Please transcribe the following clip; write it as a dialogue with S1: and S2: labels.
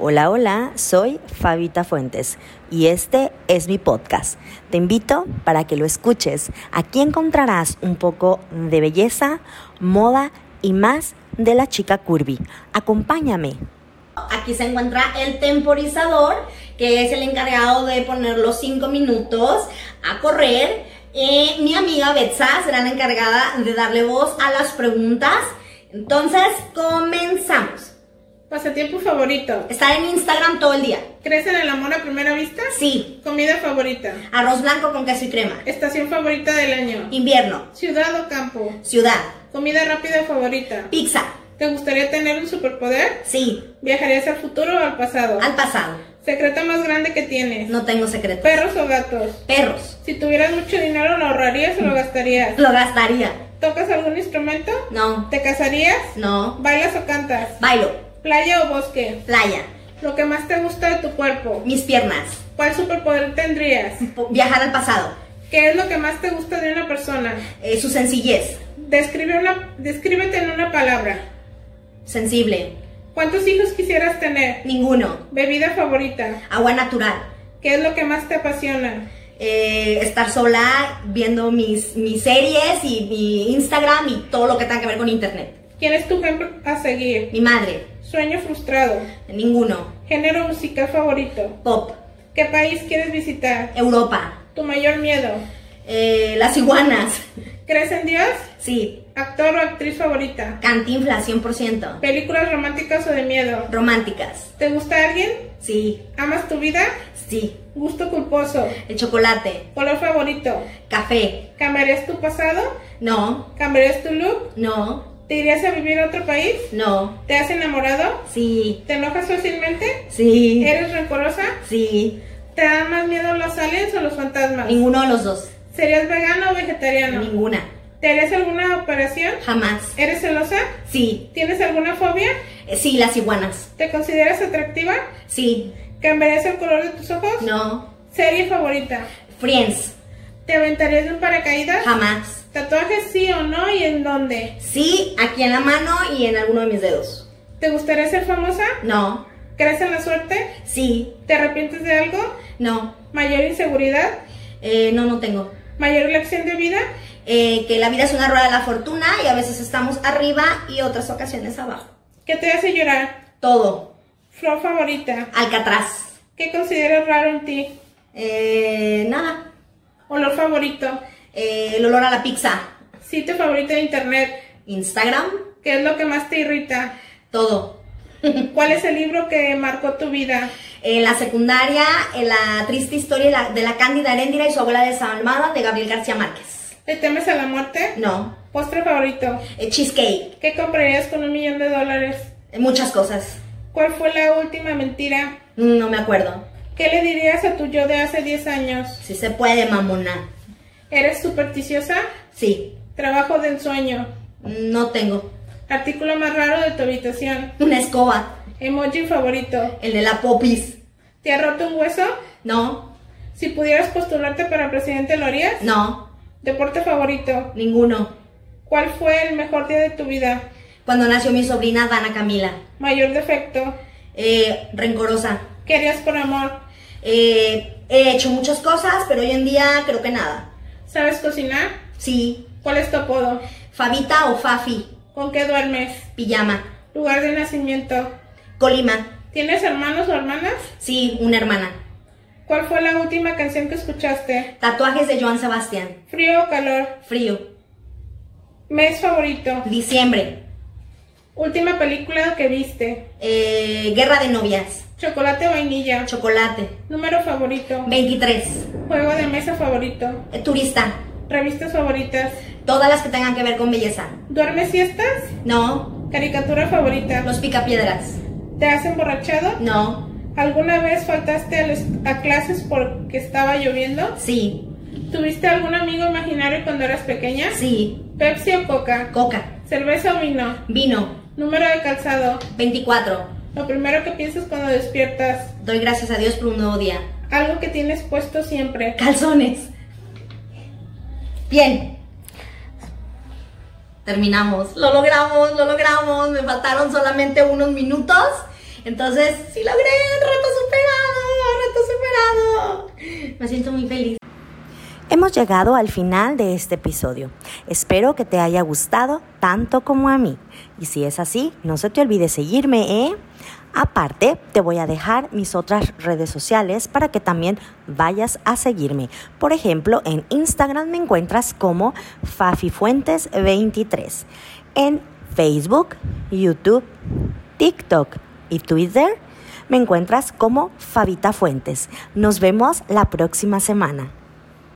S1: Hola, hola, soy Fabita Fuentes y este es mi podcast. Te invito para que lo escuches. Aquí encontrarás un poco de belleza, moda y más de la chica curvy. Acompáñame.
S2: Aquí se encuentra el temporizador, que es el encargado de poner los 5 minutos a correr. Eh, mi amiga Betsa será la encargada de darle voz a las preguntas. Entonces, comenzamos.
S3: Pasatiempo favorito.
S2: Estar en Instagram todo el día.
S3: ¿Crees en el amor a primera vista?
S2: Sí.
S3: Comida favorita.
S2: Arroz blanco con queso y crema.
S3: Estación favorita del año.
S2: Invierno.
S3: Ciudad o campo.
S2: Ciudad.
S3: Comida rápida favorita.
S2: Pizza.
S3: ¿Te gustaría tener un superpoder?
S2: Sí.
S3: ¿Viajarías al futuro o al pasado?
S2: Al pasado.
S3: Secreto más grande que tienes.
S2: No tengo secreto.
S3: Perros o gatos.
S2: Perros.
S3: Si tuvieras mucho dinero, ¿lo ahorrarías o lo gastarías?
S2: Lo gastaría.
S3: ¿Tocas algún instrumento?
S2: No.
S3: ¿Te casarías?
S2: No.
S3: ¿Bailas o cantas?
S2: Bailo.
S3: ¿Playa o bosque?
S2: Playa.
S3: Lo que más te gusta de tu cuerpo.
S2: Mis piernas.
S3: ¿Cuál superpoder tendrías?
S2: Po- Viajar al pasado.
S3: ¿Qué es lo que más te gusta de una persona?
S2: Eh, su sencillez.
S3: Describe una, descríbete en una palabra.
S2: Sensible.
S3: ¿Cuántos hijos quisieras tener?
S2: Ninguno.
S3: Bebida favorita.
S2: Agua natural.
S3: ¿Qué es lo que más te apasiona?
S2: Eh, estar sola viendo mis, mis series y mi Instagram y todo lo que tenga que ver con internet.
S3: ¿Quién es tu ejemplo a seguir?
S2: Mi madre.
S3: Sueño frustrado.
S2: Ninguno.
S3: Género musical favorito.
S2: Pop.
S3: ¿Qué país quieres visitar?
S2: Europa.
S3: Tu mayor miedo.
S2: Eh, las iguanas.
S3: ¿Crees en Dios?
S2: Sí.
S3: Actor o actriz favorita.
S2: Cantinflas 100%.
S3: ¿Películas románticas o de miedo?
S2: Románticas.
S3: ¿Te gusta alguien?
S2: Sí.
S3: ¿Amas tu vida?
S2: Sí.
S3: ¿Gusto culposo?
S2: El chocolate.
S3: ¿Color favorito?
S2: Café.
S3: ¿Cambiarías tu pasado?
S2: No.
S3: ¿Cambiarías tu look?
S2: No.
S3: ¿Te irías a vivir a otro país?
S2: No.
S3: ¿Te has enamorado?
S2: Sí.
S3: ¿Te enojas fácilmente?
S2: Sí.
S3: ¿Eres rencorosa?
S2: Sí.
S3: ¿Te dan más miedo los aliens o los fantasmas?
S2: Ninguno de los dos.
S3: ¿Serías vegano o vegetariano?
S2: Ninguna.
S3: ¿Te harías alguna operación?
S2: Jamás.
S3: ¿Eres celosa?
S2: Sí.
S3: ¿Tienes alguna fobia?
S2: Eh, Sí, las iguanas.
S3: ¿Te consideras atractiva?
S2: Sí.
S3: ¿Cambiarías el color de tus ojos?
S2: No.
S3: ¿Serie favorita?
S2: Friends.
S3: ¿Te aventarías de un paracaídas?
S2: Jamás.
S3: ¿Tatuajes sí o no y en dónde?
S2: Sí, aquí en la mano y en alguno de mis dedos.
S3: ¿Te gustaría ser famosa?
S2: No.
S3: ¿Crees en la suerte?
S2: Sí.
S3: ¿Te arrepientes de algo?
S2: No.
S3: ¿Mayor inseguridad?
S2: Eh, no, no tengo.
S3: ¿Mayor elección de vida?
S2: Eh, que la vida es una rueda de la fortuna y a veces estamos arriba y otras ocasiones abajo.
S3: ¿Qué te hace llorar?
S2: Todo.
S3: ¿Flor favorita?
S2: Alcatraz.
S3: ¿Qué consideras raro en ti?
S2: Eh, nada.
S3: ¿Olor favorito?
S2: Eh, el olor a la pizza.
S3: ¿Sitio favorito de internet?
S2: Instagram.
S3: ¿Qué es lo que más te irrita?
S2: Todo.
S3: ¿Cuál es el libro que marcó tu vida?
S2: En Eh, la secundaria, en la triste historia de la, de la Cándida Heréndira y su abuela desalmada de Gabriel García Márquez.
S3: ¿Le temes a la muerte?
S2: No.
S3: ¿Postre favorito?
S2: Eh, cheesecake.
S3: ¿Qué comprarías con un millón de dólares?
S2: Eh, muchas cosas.
S3: ¿Cuál fue la última mentira?
S2: Mm, No me acuerdo.
S3: ¿Qué le dirías a tu yo de hace 10 años?
S2: Si se puede, mamona.
S3: ¿Eres supersticiosa?
S2: Sí.
S3: ¿Trabajo de ensueño?
S2: No tengo.
S3: ¿Artículo más raro de tu habitación?
S2: Una escoba.
S3: ¿Emoji favorito?
S2: El de la popis.
S3: ¿Te ha roto un hueso?
S2: No.
S3: Si pudieras postularte para presidente, ¿lo harías?
S2: No.
S3: ¿Deporte favorito?
S2: Ninguno.
S3: ¿Cuál fue el mejor día de tu vida?
S2: Cuando nació mi sobrina Dana Camila.
S3: ¿Mayor defecto?
S2: Eh, rencorosa.
S3: ¿Qué harías por amor?
S2: Eh, he hecho muchas cosas, pero hoy en día creo que nada.
S3: ¿Sabes cocinar?
S2: Sí.
S3: ¿Cuál es tu apodo?
S2: Fabita o Fafi.
S3: ¿Con qué duermes?
S2: Pijama.
S3: ¿Lugar de nacimiento?
S2: Colima.
S3: ¿Tienes hermanos o hermanas?
S2: Sí, una hermana.
S3: ¿Cuál fue la última canción que escuchaste?
S2: Tatuajes de Joan Sebastián.
S3: ¿Frío o calor?
S2: Frío.
S3: ¿Mes favorito?
S2: Diciembre.
S3: ¿Última película que viste?
S2: Eh, guerra de novias.
S3: ¿Chocolate o vainilla?
S2: Chocolate.
S3: ¿Número favorito?
S2: 23.
S3: ¿Juego de mesa favorito?
S2: Eh, turista.
S3: ¿Revistas favoritas?
S2: Todas las que tengan que ver con belleza.
S3: ¿Duermes siestas?
S2: No.
S3: ¿Caricatura favorita?
S2: Los picapiedras.
S3: ¿Te has emborrachado?
S2: No.
S3: ¿Alguna vez faltaste a, los- a clases porque estaba lloviendo?
S2: Sí.
S3: ¿Tuviste algún amigo imaginario cuando eras pequeña?
S2: Sí.
S3: ¿Pepsi o coca?
S2: Coca.
S3: ¿Cerveza o vino?
S2: Vino.
S3: ¿Número de calzado?
S2: 24.
S3: Lo primero que piensas cuando despiertas.
S2: Doy gracias a Dios por un nuevo día.
S3: Algo que tienes puesto siempre.
S2: Calzones. Bien. Terminamos. Lo logramos, lo logramos. Me faltaron solamente unos minutos. Entonces, sí logré, reto superado, reto superado. Me siento muy feliz.
S1: Hemos llegado al final de este episodio. Espero que te haya gustado tanto como a mí. Y si es así, no se te olvide seguirme, ¿eh? Aparte, te voy a dejar mis otras redes sociales para que también vayas a seguirme. Por ejemplo, en Instagram me encuentras como FafiFuentes23. En Facebook, YouTube, TikTok y Twitter me encuentras como Fabita Fuentes. Nos vemos la próxima semana.